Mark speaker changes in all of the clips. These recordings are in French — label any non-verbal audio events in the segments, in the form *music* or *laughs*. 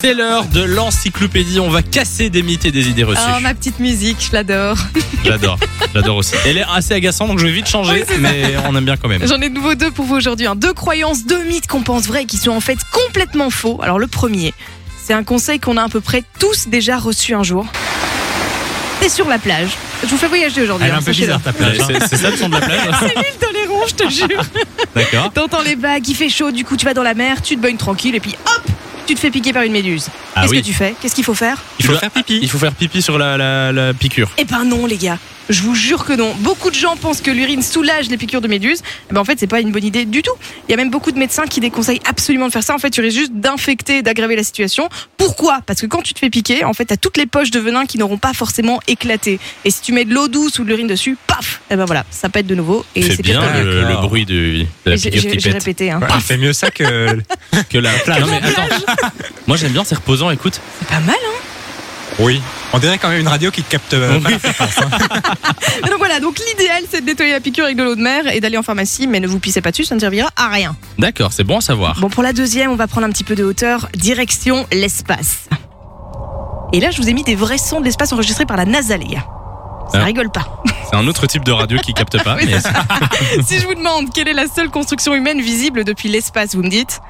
Speaker 1: C'est l'heure de l'encyclopédie. On va casser des mythes et des idées reçues.
Speaker 2: Oh, ma petite musique, je l'adore.
Speaker 1: J'adore, j'adore aussi. Elle est assez agaçante, donc je vais vite changer,
Speaker 2: Oui, c'est ça.
Speaker 1: mais on aime bien quand même.
Speaker 2: J'en ai de nouveau deux pour vous aujourd'hui. hein. Deux croyances, deux mythes qu'on pense vrais et qui sont en fait complètement faux. Alors, le premier, c'est un conseil qu'on a à peu près tous déjà reçu un jour. T'es sur la plage. Je vous fais voyager aujourd'hui.
Speaker 3: Elle est
Speaker 2: hein,
Speaker 3: un peu
Speaker 2: sachez-le.
Speaker 3: bizarre ta plage. hein.
Speaker 1: C'est c'est ça le son de la
Speaker 3: *laughs*
Speaker 1: plage hein.
Speaker 2: C'est l'île dans les ronds, je te jure.
Speaker 1: D'accord.
Speaker 2: T'entends les vagues, il fait chaud, du coup tu vas dans la mer, tu te baignes tranquille et puis hop, tu te fais piquer par une méduse.
Speaker 1: Ah
Speaker 2: Qu'est-ce
Speaker 1: oui.
Speaker 2: que tu fais Qu'est-ce qu'il faut faire
Speaker 1: Il faut faire pipi. Il faut faire pipi sur la, la- la piqûre.
Speaker 2: Eh ben non, les gars. Je vous jure que non. Beaucoup de gens pensent que l'urine soulage les piqûres de méduses. Eh ben en fait, c'est pas une bonne idée du tout. Il y a même beaucoup de médecins qui déconseillent absolument de faire ça. En fait, tu risques juste d'infecter, d'aggraver la situation. Pourquoi Parce que quand tu te fais piquer, en fait, t'as toutes les poches de venin qui n'auront pas forcément éclaté. Et si tu mets de l'eau douce ou de l'urine dessus, paf Eh ben voilà, ça pète de nouveau. Et
Speaker 1: Fais
Speaker 2: c'est pire
Speaker 1: bien
Speaker 2: que mieux.
Speaker 1: le,
Speaker 3: mieux.
Speaker 1: le bruit de, de la
Speaker 2: J'ai-
Speaker 1: piqûre
Speaker 2: j'ai-
Speaker 1: qui
Speaker 2: J'ai
Speaker 1: pète
Speaker 2: répété. Hein.
Speaker 3: Ouais, il fait mieux
Speaker 1: *laughs*
Speaker 3: ça que.
Speaker 1: que la plage. Non, mais attends. Moi j'aime bien, c'est reposant, écoute.
Speaker 2: C'est pas mal, hein
Speaker 3: Oui. On dirait quand même une radio qui te capte. euh, pas la fréquence, hein.
Speaker 2: Mais Donc voilà, donc l'idéal, c'est de nettoyer la piqûre avec de l'eau de mer et d'aller en pharmacie. Mais ne vous pissez pas dessus, ça ne servira à rien.
Speaker 1: D'accord, c'est bon à savoir.
Speaker 2: Bon, pour la deuxième, on va prendre un petit peu de hauteur. Direction l'espace. Et là, je vous ai mis des vrais sons de l'espace enregistrés par la NASA, les gars. Ça
Speaker 1: Ah.
Speaker 2: rigole
Speaker 1: *laughs*
Speaker 2: pas.
Speaker 1: C'est un autre type de radio qui capte pas.
Speaker 2: *laughs* Oui,
Speaker 1: mais
Speaker 2: si je vous demande quelle est la seule construction humaine visible depuis l'espace, vous me dites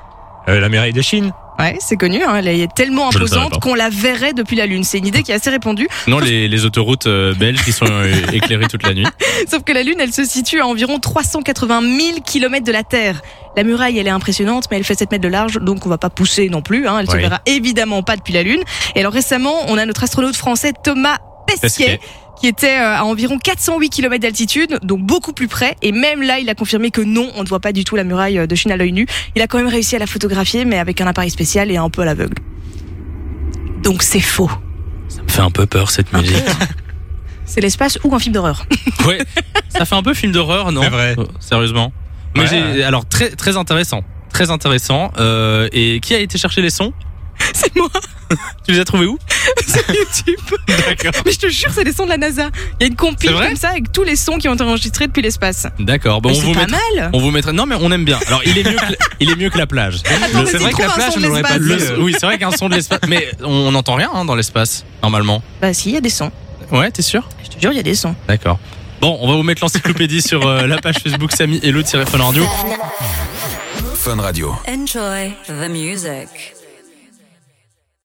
Speaker 3: Euh, la muraille de Chine.
Speaker 2: Ouais, c'est connu, hein, elle est tellement
Speaker 1: Je le savais
Speaker 2: imposante
Speaker 1: pas.
Speaker 2: qu'on la verrait depuis la Lune. C'est une idée qui est assez répandue,
Speaker 1: non, les, les autoroutes euh, belges qui sont euh, éclairées toute la nuit.
Speaker 2: sauf que la Lune, elle se situe à environ 380 000 km de la Terre. La muraille, elle est impressionnante, mais elle fait 7 mètres de large, donc on va pas pousser non plus. hein, elle se
Speaker 3: Oui.
Speaker 2: verra évidemment pas depuis la Lune. Et alors récemment, on a notre astronaute français Thomas Pesquet,
Speaker 1: Pesquet.
Speaker 2: qui était euh, à environ 408 km d'altitude, donc beaucoup plus près. Et même là, il a confirmé que non, on ne voit pas du tout la muraille euh, de Chine à l'œil nu. Il a quand même réussi à la photographier, mais avec un appareil spécial et un peu à l'aveugle. Donc c'est faux.
Speaker 1: Ça me fait un peu peur cette musique.
Speaker 2: C'est l'espace ou un film d'horreur.
Speaker 1: Ouais, *laughs* ça fait un peu film d'horreur, non
Speaker 3: C'est vrai.
Speaker 1: Euh, Sérieusement. Mais
Speaker 3: Ouais.
Speaker 1: j'ai- alors très très intéressant, très intéressant. Euh, et qui a été chercher les sons
Speaker 2: *laughs* C'est moi
Speaker 1: *laughs* Tu les as trouvés où
Speaker 2: sur YouTube.
Speaker 1: D'accord.
Speaker 2: Mais je te jure, c'est les sons de la NASA. Il y a une compile
Speaker 1: C'est vrai
Speaker 2: comme ça avec tous les sons qui ont été enregistrés depuis l'espace.
Speaker 1: D'accord. Bon,
Speaker 2: Mais
Speaker 1: on vous
Speaker 2: c'est pas
Speaker 1: mettra.
Speaker 2: mal.
Speaker 1: On vous mettra. Non, mais on aime bien. Alors, il est mieux. Que, la- il est mieux que la plage.
Speaker 2: *laughs* Attends,
Speaker 1: Le-
Speaker 2: vas-y,
Speaker 1: c'est vrai que
Speaker 2: trouve
Speaker 3: la
Speaker 2: un
Speaker 3: plage,
Speaker 2: son
Speaker 3: on
Speaker 2: de
Speaker 3: l'aurait pas
Speaker 2: l'espace.
Speaker 3: dit, euh,
Speaker 1: le- oui, c'est vrai qu'un son de l'espace. Mais on n'entend rien hein, dans l'espace normalement.
Speaker 2: Bah si, il y a des sons.
Speaker 1: Ouais, t'es sûr
Speaker 2: Je te jure, il y a des sons.
Speaker 1: D'accord. Bon, on va vous mettre l'encyclopédie sur euh, la page Facebook Samy Hello Fun Radio.
Speaker 4: Enjoy the music.